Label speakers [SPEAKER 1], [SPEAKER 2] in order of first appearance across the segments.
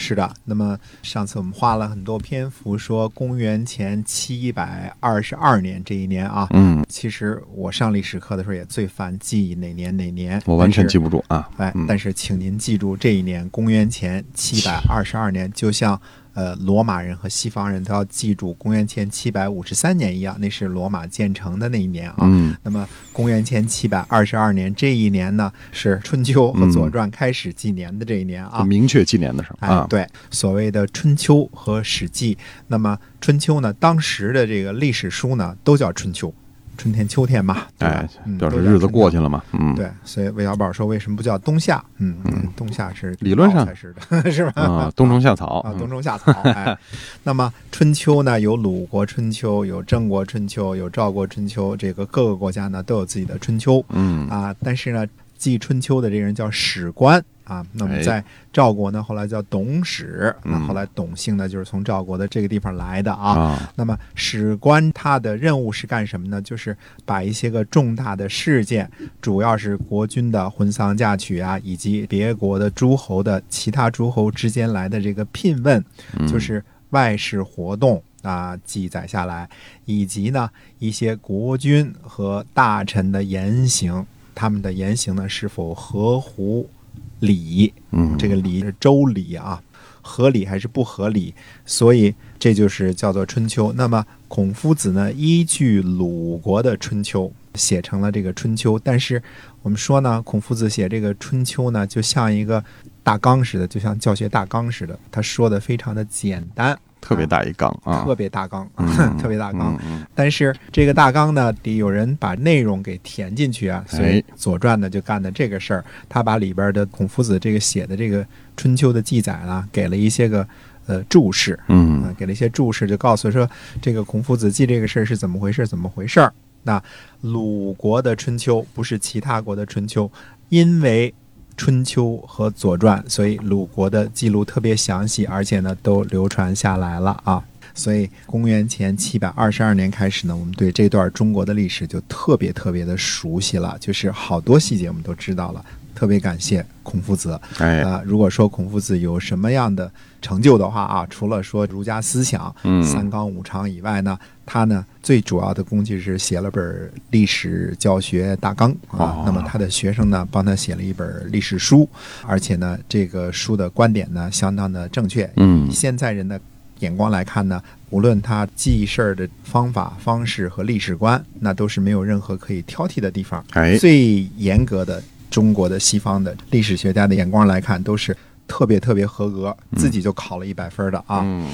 [SPEAKER 1] 是的，那么上次我们花了很多篇幅说公元前七百二十二年这一年啊，
[SPEAKER 2] 嗯，
[SPEAKER 1] 其实我上历史课的时候也最烦记哪年哪年，
[SPEAKER 2] 我完全
[SPEAKER 1] 但是
[SPEAKER 2] 记不住啊。
[SPEAKER 1] 哎，
[SPEAKER 2] 嗯
[SPEAKER 1] 但是请您记住，这一年公元前七百二十二年，就像呃罗马人和西方人都要记住公元前七百五十三年一样，那是罗马建成的那一年啊。
[SPEAKER 2] 嗯，
[SPEAKER 1] 那么公元前七百二十二年这一年呢，是春秋和左传开始纪年的这一年啊。
[SPEAKER 2] 明确纪年的时候
[SPEAKER 1] 哎
[SPEAKER 2] 嗯啊，，，
[SPEAKER 1] 对，所谓的春秋和史记，那么春秋呢，当时的这个历史书呢，都叫春秋，春天、秋天嘛，对吧
[SPEAKER 2] 哎
[SPEAKER 1] 嗯，
[SPEAKER 2] 表示
[SPEAKER 1] 都叫
[SPEAKER 2] 日子
[SPEAKER 1] 春
[SPEAKER 2] 过
[SPEAKER 1] 秋
[SPEAKER 2] 去了嘛，嗯，
[SPEAKER 1] 对，所以韦小宝说为什么不叫冬夏？嗯，冬夏是
[SPEAKER 2] 理论上
[SPEAKER 1] 才是的， 是吧？
[SPEAKER 2] 啊，冬虫夏草
[SPEAKER 1] 啊，
[SPEAKER 2] 嗯
[SPEAKER 1] 冬虫夏 草。哎，那么春秋呢，有鲁国春秋，有郑国春秋，有赵国春秋，这个各个国家呢都有自己的春秋
[SPEAKER 2] 嗯，
[SPEAKER 1] 啊。但是呢，记春秋的这个人叫史官啊。那么
[SPEAKER 2] 哎
[SPEAKER 1] 在赵国呢，后来叫董史，那
[SPEAKER 2] 嗯
[SPEAKER 1] 后来董姓呢就是从赵国的这个地方来的啊。
[SPEAKER 2] 啊，
[SPEAKER 1] 那么史官他的任务是干什么呢？就是把一些个重大的事件，主要是国君的婚丧嫁娶啊，以及别国的诸侯的其他诸侯之间来的这个聘问，
[SPEAKER 2] 嗯
[SPEAKER 1] 就是外事活动。啊，记载下来，以及呢一些国君和大臣的言行，他们的言行呢是否合乎礼？
[SPEAKER 2] 嗯
[SPEAKER 1] 这个礼是周礼啊，合理还是不合理？所以这就是叫做春秋。那么孔夫子呢，依据鲁国的春秋写成了这个春秋，但是我们说呢，孔夫子写这个春秋呢，就像一个大纲似的，就像教学大纲似的，他说的非常的简单，
[SPEAKER 2] 特别大一杠啊，
[SPEAKER 1] 特别大纲，
[SPEAKER 2] 嗯
[SPEAKER 1] 特别大纲。
[SPEAKER 2] 嗯嗯
[SPEAKER 1] 但是这个大纲呢，得有人把内容给填进去啊。所以
[SPEAKER 2] 哎
[SPEAKER 1] 《左传》呢就干的这个事儿，他把里边的孔夫子这个写的这个春秋的记载呢，给了一些个呃注释，
[SPEAKER 2] 嗯
[SPEAKER 1] 啊，给了一些注释，就告诉说这个孔夫子记这个事儿是怎么回事，怎么回事儿。那鲁国的春秋不是其他国的春秋，因为春秋和左传，所以鲁国的记录特别详细，而且呢都流传下来了啊。所以公元前七百二十二年开始呢，我们对这段中国的历史就特别特别的熟悉了，就是好多细节我们都知道了。特别感谢孔夫子，
[SPEAKER 2] 哎，
[SPEAKER 1] 呃，如果说孔夫子有什么样的成就的话啊，除了说儒家思想、
[SPEAKER 2] 嗯
[SPEAKER 1] 三纲五常以外呢，他呢最主要的功绩是写了本儿历史教学大纲啊。
[SPEAKER 2] 哦
[SPEAKER 1] 那么他的学生呢，帮他写了一本儿历史书，而且呢，这个书的观点呢，相当的正确。
[SPEAKER 2] 嗯
[SPEAKER 1] 以现在人的眼光来看呢，无论他记事儿的方法、方式和历史观，那都是没有任何可以挑剔的地方。
[SPEAKER 2] 哎，
[SPEAKER 1] 最严格的中国的西方的历史学家的眼光来看，都是特别特别合格，自己就考了一百分的啊。
[SPEAKER 2] 嗯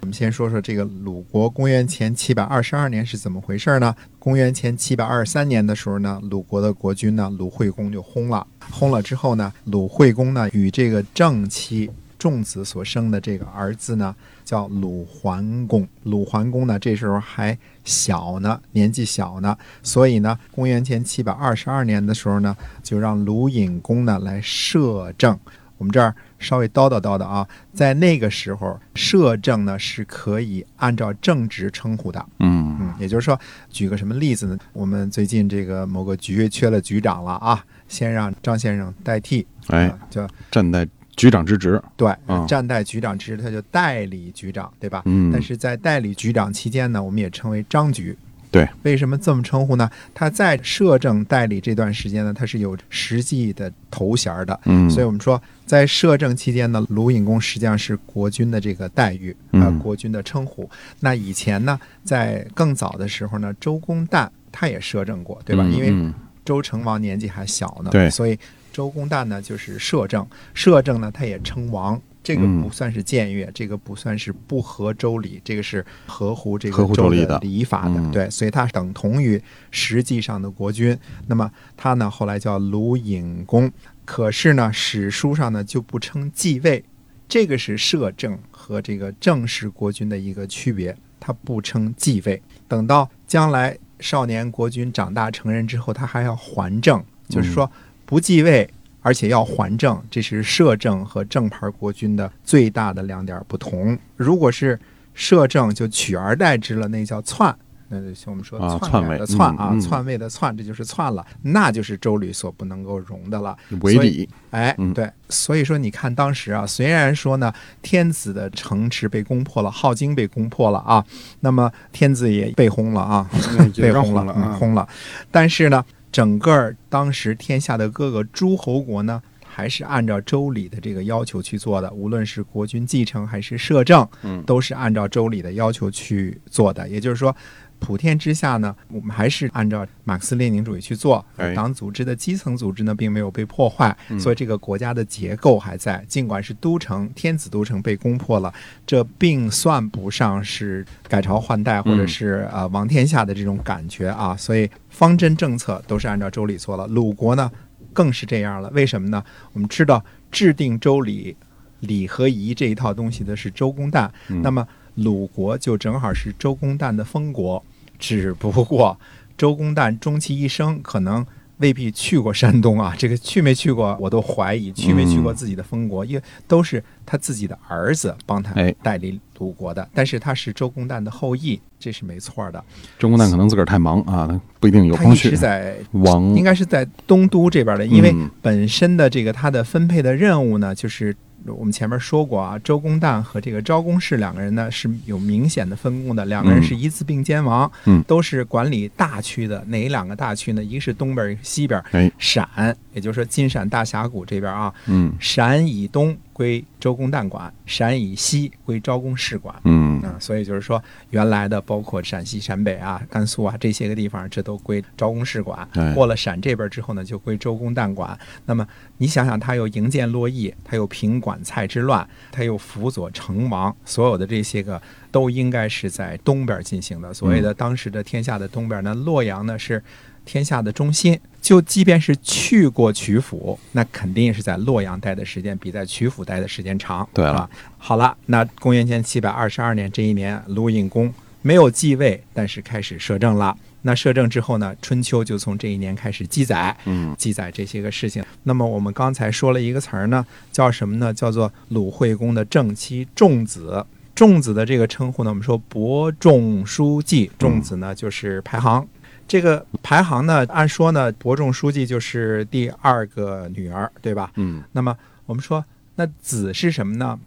[SPEAKER 1] 我们先说说这个鲁国公元前七百二十二年是怎么回事呢？公元前七百二十三年的时候呢，鲁国的国君呢鲁惠公就薨了。薨了之后呢，鲁惠公呢与这个正妻仲子所生的这个儿子呢叫鲁桓公。鲁桓公呢这时候还小呢，年纪小呢，所以呢，公元前七百二十二年的时候呢，就让鲁隐公呢来摄政。我们这儿稍微叨叨叨叨啊，在那个时候，摄政呢是可以按照正职称呼的。
[SPEAKER 2] 嗯
[SPEAKER 1] 嗯，也就是说，举个什么例子呢？我们最近这个某个局缺了局长了啊，先让张先生代替，
[SPEAKER 2] 哎
[SPEAKER 1] 啊，叫
[SPEAKER 2] 站在局长之职，
[SPEAKER 1] 对，
[SPEAKER 2] 嗯
[SPEAKER 1] 站代局长职，他就代理局长，对吧？
[SPEAKER 2] 嗯
[SPEAKER 1] 但是在代理局长期间呢，我们也称为张局。
[SPEAKER 2] 对，
[SPEAKER 1] 为什么这么称呼呢？他在摄政代理这段时间呢，他是有实际的头衔儿的，
[SPEAKER 2] 嗯，
[SPEAKER 1] 所以我们说，在摄政期间呢，鲁隐公实际上是国君的这个待遇，啊、
[SPEAKER 2] 嗯
[SPEAKER 1] 国君的称呼。那以前呢，在更早的时候呢，周公旦他也摄政过，对吧？
[SPEAKER 2] 嗯
[SPEAKER 1] 因为
[SPEAKER 2] 嗯
[SPEAKER 1] 周成王年纪还小呢，
[SPEAKER 2] 对
[SPEAKER 1] 所以周公旦呢就是摄政，摄政呢他也称王。这个
[SPEAKER 2] 嗯
[SPEAKER 1] 不算是僭越，这个不算是不合周礼，这个是合乎这
[SPEAKER 2] 合
[SPEAKER 1] 个
[SPEAKER 2] 乎周
[SPEAKER 1] 周
[SPEAKER 2] 礼
[SPEAKER 1] 的
[SPEAKER 2] 的
[SPEAKER 1] 礼法的，
[SPEAKER 2] 嗯
[SPEAKER 1] 对，所以它等同于实际上的国君。那么他呢，后来叫鲁隐公，可是呢，史书上呢就不称继位，这个是摄政和这个正式国君的一个区别，它不称继位。等到将来少年国君长大成人之后，他还要还政，就是说不继位，而且要还政，这是摄政和正牌国君的最大的两点不同。如果是摄政，就取而代之了，那叫篡。那就像我们说
[SPEAKER 2] 啊篡
[SPEAKER 1] 篡位的
[SPEAKER 2] 位
[SPEAKER 1] 篡
[SPEAKER 2] 嗯
[SPEAKER 1] 啊
[SPEAKER 2] 嗯，
[SPEAKER 1] 篡位的篡，这就是篡了，那就是周礼所不能够容的了。
[SPEAKER 2] 为
[SPEAKER 1] 所以
[SPEAKER 2] 礼，
[SPEAKER 1] 哎
[SPEAKER 2] 嗯，
[SPEAKER 1] 对，所以说你看当时啊，虽然说呢，天子的城池被攻破了，镐京被攻破了啊，那么天子也被轰了啊， 被
[SPEAKER 3] 也让
[SPEAKER 1] 轰了，
[SPEAKER 3] 了
[SPEAKER 1] 嗯
[SPEAKER 3] 啊，
[SPEAKER 1] 轰了。但是呢，整个儿当时天下的各个诸侯国呢，还是按照周礼的这个要求去做的，无论是国君继承还是摄政，
[SPEAKER 2] 嗯
[SPEAKER 1] 都是按照周礼的要求去做的。也就是说，普天之下呢，我们还是按照马克思列宁主义去做
[SPEAKER 2] 哎，
[SPEAKER 1] 党组织的基层组织呢，并没有被破坏，所以这个国家的结构还在。尽管是都城天子都城被攻破了，这并算不上是改朝换代或者
[SPEAKER 2] 嗯
[SPEAKER 1] 是呃亡天下的这种感觉啊。所以方针政策都是按照周礼做了，鲁国呢更是这样了。为什么呢？我们知道制定周礼。礼和仪这一套东西的是周公旦，那么鲁国就正好是周公旦的封国，只不过周公旦终其一生可能未必去过山东啊，这个去没去过我都怀疑，去没去过自己的封国，因为都是他自己的儿子帮他
[SPEAKER 2] 哎
[SPEAKER 1] 代理鲁国的，但是他是周公旦的后裔，这是没错的。
[SPEAKER 2] 周公旦可能自个儿太忙啊，他不一定有
[SPEAKER 1] 他
[SPEAKER 2] 空
[SPEAKER 1] 一
[SPEAKER 2] 去
[SPEAKER 1] 直。在
[SPEAKER 2] 王
[SPEAKER 1] 应该是在东都这边的，因为
[SPEAKER 2] 嗯
[SPEAKER 1] 本身的这个它的分配的任务呢，就是我们前面说过啊，周公旦和这个昭公氏两个人呢是有明显的分工的，两个人
[SPEAKER 2] 嗯
[SPEAKER 1] 是一字并肩王，
[SPEAKER 2] 嗯
[SPEAKER 1] 都是管理大区的。哪两个大区呢？一个是东边，一个是西边。
[SPEAKER 2] 哎，
[SPEAKER 1] 陕，也就是说金陕大峡谷这边啊，
[SPEAKER 2] 嗯
[SPEAKER 1] 陕以东归周公旦管，陕以西归昭公氏管。
[SPEAKER 2] 嗯
[SPEAKER 1] 嗯，所以就是说，原来的包括陕西、陕北啊、甘肃啊这些个地方，这都归昭公氏管
[SPEAKER 2] 哎。
[SPEAKER 1] 过了陕这边之后呢，就归周公旦管。那么你想想，他又营建洛邑，他又平管蔡之乱，他又辅佐成王，所有的这些个都应该是在东边进行的。所谓
[SPEAKER 2] 嗯
[SPEAKER 1] 的当时的天下的东边呢，洛阳呢是天下的中心。就即便是去过曲阜，那肯定是在洛阳待的时间比在曲阜待的时间长。
[SPEAKER 2] 对了
[SPEAKER 1] 啊，好了，那公元前七百二十二年这一年，鲁隐公没有继位，但是开始摄政了。那摄政之后呢，春秋就从这一年开始记载，
[SPEAKER 2] 嗯，
[SPEAKER 1] 记载这些个事情。那么我们刚才说了一个词儿呢，叫什么呢？叫做鲁惠公的正妻仲子。仲子的这个称呼呢，我们说伯仲叔季，仲子呢就是排行。这个排行呢，按说呢，伯仲叔季就是第二个女儿，对吧？
[SPEAKER 2] 嗯
[SPEAKER 1] 那么我们说，那子是什么 呢？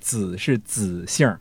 [SPEAKER 1] 子是子姓儿，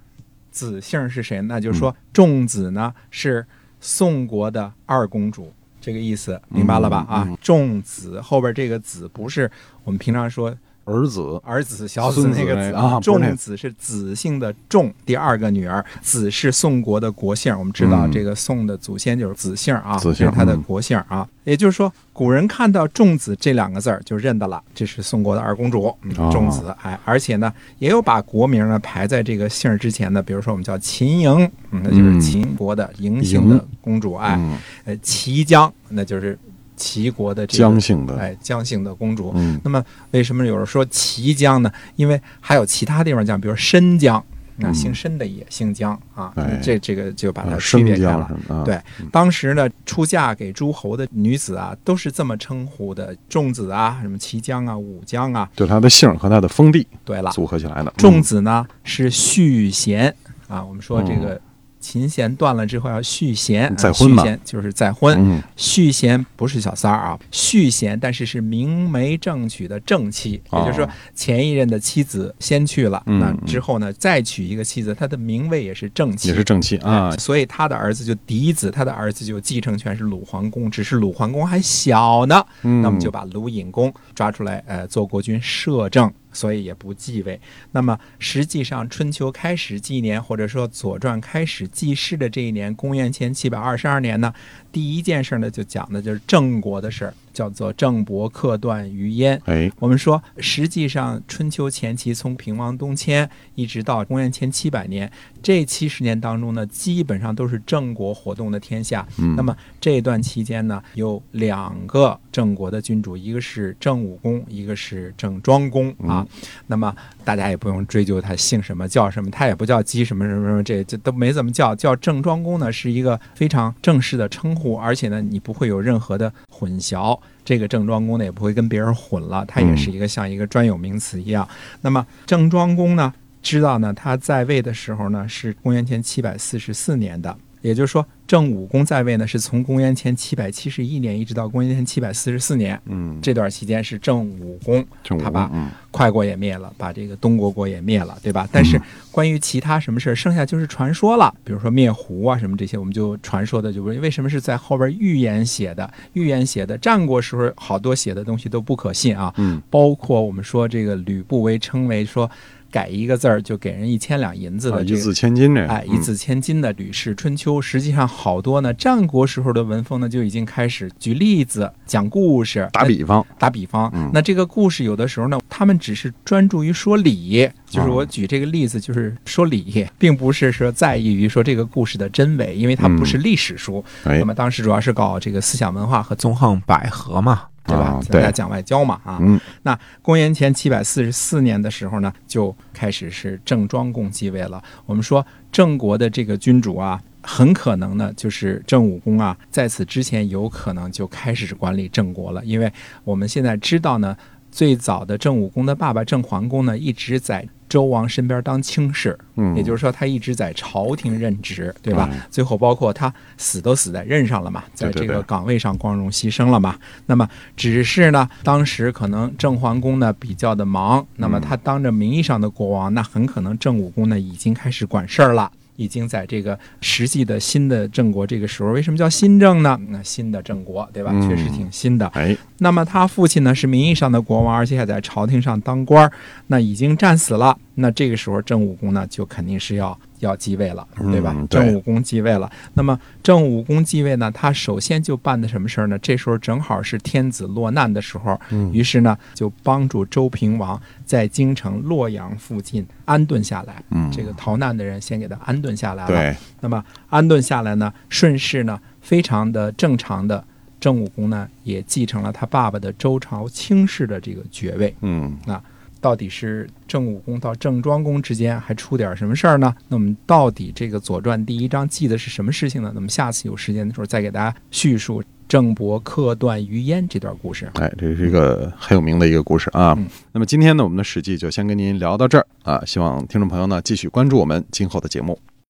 [SPEAKER 1] 子姓儿是谁？那就是
[SPEAKER 2] 嗯
[SPEAKER 1] 说，仲子呢是宋国的二公主，这个意思明白了吧？
[SPEAKER 2] 嗯
[SPEAKER 1] 啊，仲子后边这个子不是我们平常说
[SPEAKER 2] 儿子，
[SPEAKER 1] 儿子小子那个子
[SPEAKER 2] 孙子那个啊不是那个
[SPEAKER 1] 仲子是子姓的仲，第二个女儿。子是宋国的国姓，我们知道
[SPEAKER 2] 嗯
[SPEAKER 1] 这个宋的祖先就是子姓啊，
[SPEAKER 2] 子
[SPEAKER 1] 这
[SPEAKER 2] 姓
[SPEAKER 1] 是他的
[SPEAKER 2] 嗯
[SPEAKER 1] 国姓啊。也就是说，古人看到仲子这两个字儿就认得了，这是宋国的二公主嗯
[SPEAKER 2] 哦
[SPEAKER 1] 仲子。哎，而且呢，也有把国名呢排在这个姓儿之前的，比如说我们叫秦嬴，嗯那就是
[SPEAKER 2] 嗯
[SPEAKER 1] 秦国的嬴姓的公主。哎，
[SPEAKER 2] 嗯，
[SPEAKER 1] 呃，齐姜，那就是齐国的这个
[SPEAKER 2] 姜姓的，
[SPEAKER 1] 哎姜姓的公主。
[SPEAKER 2] 嗯
[SPEAKER 1] 那么为什么有人说綦江呢？因为还有其他地方讲，比如申江，那
[SPEAKER 2] 嗯
[SPEAKER 1] 姓申的也姓江啊，
[SPEAKER 2] 哎
[SPEAKER 1] 这这个就把它
[SPEAKER 2] 啊
[SPEAKER 1] 区
[SPEAKER 2] 生
[SPEAKER 1] 别开
[SPEAKER 2] 姜
[SPEAKER 1] 了。
[SPEAKER 2] 什么的，啊
[SPEAKER 1] 对，当时呢，出嫁给诸侯的女子啊，都是这么称呼的，仲子啊，什么齐姜啊、武姜啊。
[SPEAKER 2] 就他的姓儿和他的封地
[SPEAKER 1] 对了，
[SPEAKER 2] 组合起来的。嗯
[SPEAKER 1] 仲子呢是续弦啊，我们说这个琴弦断了之后要续弦，啊
[SPEAKER 2] 嗯再婚嘛
[SPEAKER 1] 续弦就是再婚。
[SPEAKER 2] 嗯，
[SPEAKER 1] 续弦不是小三儿啊，续弦，但是是明媒正娶的正妻，
[SPEAKER 2] 哦
[SPEAKER 1] 也就是说前一任的妻子先去了，
[SPEAKER 2] 嗯
[SPEAKER 1] 那之后呢再娶一个妻子，他的名位也是正妻，
[SPEAKER 2] 也是正妻啊
[SPEAKER 1] 哎，所以他的儿子就嫡子，他的儿子就继承权是鲁桓公，只是鲁桓公还小呢，
[SPEAKER 2] 嗯
[SPEAKER 1] 那么就把鲁隐公抓出来，呃，做国君摄政，所以也不继位。那么实际上，春秋开始纪年，或者说《左传》开始记事的这一年，公元前七百二十二年呢，第一件事呢，就讲的就是郑国的事儿，叫做郑伯克段于鄢。
[SPEAKER 2] 哎，
[SPEAKER 1] 我们说，实际上春秋前期从平王东迁一直到公元前七百年这七十年当中呢，基本上都是郑国活动的天下。
[SPEAKER 2] 嗯
[SPEAKER 1] 那么这段期间呢，有两个郑国的君主，一个是郑武公，一个是郑庄公啊。那么大家也不用追究他姓什么叫什么，他也不叫姬什么什么什么，这这都没怎么叫。叫郑庄公呢，是一个非常正式的称呼，而且呢，你不会有任何的混淆。这个郑庄公呢，也不会跟别人混了，他也是一个像一个专有名词一样。那么郑庄公呢，知道呢，他在位的时候呢是公元前七百四十四年的，也就是说郑武公在位呢是从公元前七百七十一年一直到公元前七百四十四年，
[SPEAKER 2] 嗯，
[SPEAKER 1] 这段期间是郑武公，
[SPEAKER 2] 郑武
[SPEAKER 1] 他
[SPEAKER 2] 公
[SPEAKER 1] 把
[SPEAKER 2] 嗯
[SPEAKER 1] 快国也灭了，把这个东国国也灭了，对吧？但是关于其他什么事儿，剩下就是传说了，比如说灭胡啊什么这些，我们就传说的就不是为什么是在后边预言写的，预言写的战国时候好多写的东西都不可信啊，
[SPEAKER 2] 嗯，
[SPEAKER 1] 包括我们说这个吕不韦称为说改一个字儿就给人一千两银子
[SPEAKER 2] 啊
[SPEAKER 1] 的
[SPEAKER 2] 一
[SPEAKER 1] 这个
[SPEAKER 2] 字嗯千金这，
[SPEAKER 1] 哎，一字千金的《吕氏春秋》，实际上好多呢，战国时候的文风呢就已经开始举例子、讲故事、
[SPEAKER 2] 打比方，
[SPEAKER 1] 打比方
[SPEAKER 2] 嗯。
[SPEAKER 1] 那这个故事有的时候呢，他们只是专注于说理，就是
[SPEAKER 2] 哦
[SPEAKER 1] 我举这个例子，就是说理，并不是说在意于说这个故事的真伪，因为它不是历史书。
[SPEAKER 2] 嗯哎
[SPEAKER 1] 那，么当时主要是搞这个思想文化和
[SPEAKER 3] 纵横捭阖嘛，
[SPEAKER 1] 对吧
[SPEAKER 2] 啊？
[SPEAKER 1] 咱俩
[SPEAKER 2] 对
[SPEAKER 1] 讲外交嘛啊。
[SPEAKER 2] 嗯
[SPEAKER 1] 那公元前七百四十四年的时候呢，就开始是郑庄公继位了。我们说郑国的这个君主啊，很可能呢就是郑武公啊，在此之前有可能就开始管理郑国了，因为我们现在知道呢，最早的郑武公的爸爸郑桓公呢，一直在周王身边当卿士，
[SPEAKER 2] 嗯，
[SPEAKER 1] 也就是说，他一直在朝廷任职，对吧？最后包括他死都死在任上了嘛，在
[SPEAKER 2] 对对
[SPEAKER 1] 这
[SPEAKER 2] 对
[SPEAKER 1] 个岗位上光荣牺牲了嘛。那么只是呢，当时可能郑桓公呢比较的
[SPEAKER 2] 嗯
[SPEAKER 1] 忙，那么他当着名义上的国王，那很可能郑武公呢已经开始管事儿了。已经在这个实际的新的郑国这个时候，为什么叫新郑呢？那新的郑国，对吧？
[SPEAKER 2] 嗯
[SPEAKER 1] 确实挺新的。
[SPEAKER 2] 哎，
[SPEAKER 1] 那么他父亲呢是名义上的国王，而且还在朝廷上当官儿，那已经战死了。那这个时候郑武公呢就肯定是要要继位了，对吧？
[SPEAKER 2] 嗯对
[SPEAKER 1] 郑武公继位了。那么郑武公继位呢，他首先就办的什么事儿呢？这时候正好是天子落难的时候，
[SPEAKER 2] 嗯
[SPEAKER 1] 于是呢就帮助周平王在京城洛阳附近安顿下来。
[SPEAKER 2] 嗯
[SPEAKER 1] 这个逃难的人先给他安顿下来了。
[SPEAKER 2] 对，
[SPEAKER 1] 那么安顿下来呢，顺势呢，非常的正常的郑武公呢，也继承了他爸爸的周朝卿士的这个爵位。
[SPEAKER 2] 嗯，
[SPEAKER 1] 到底是郑武公到郑庄公之间还出点什么事儿呢？那我们到底这个《左传》第一章记的是什么事情呢？那么下次有时间的时候再给大家叙述郑伯克段于鄢这段故事。
[SPEAKER 2] 哎，这是一个很有名的一个故事啊。
[SPEAKER 1] 嗯
[SPEAKER 2] 那么今天呢，我们的《史记》就先跟您聊到这儿啊，希望听众朋友呢继续关注我们今后的节目。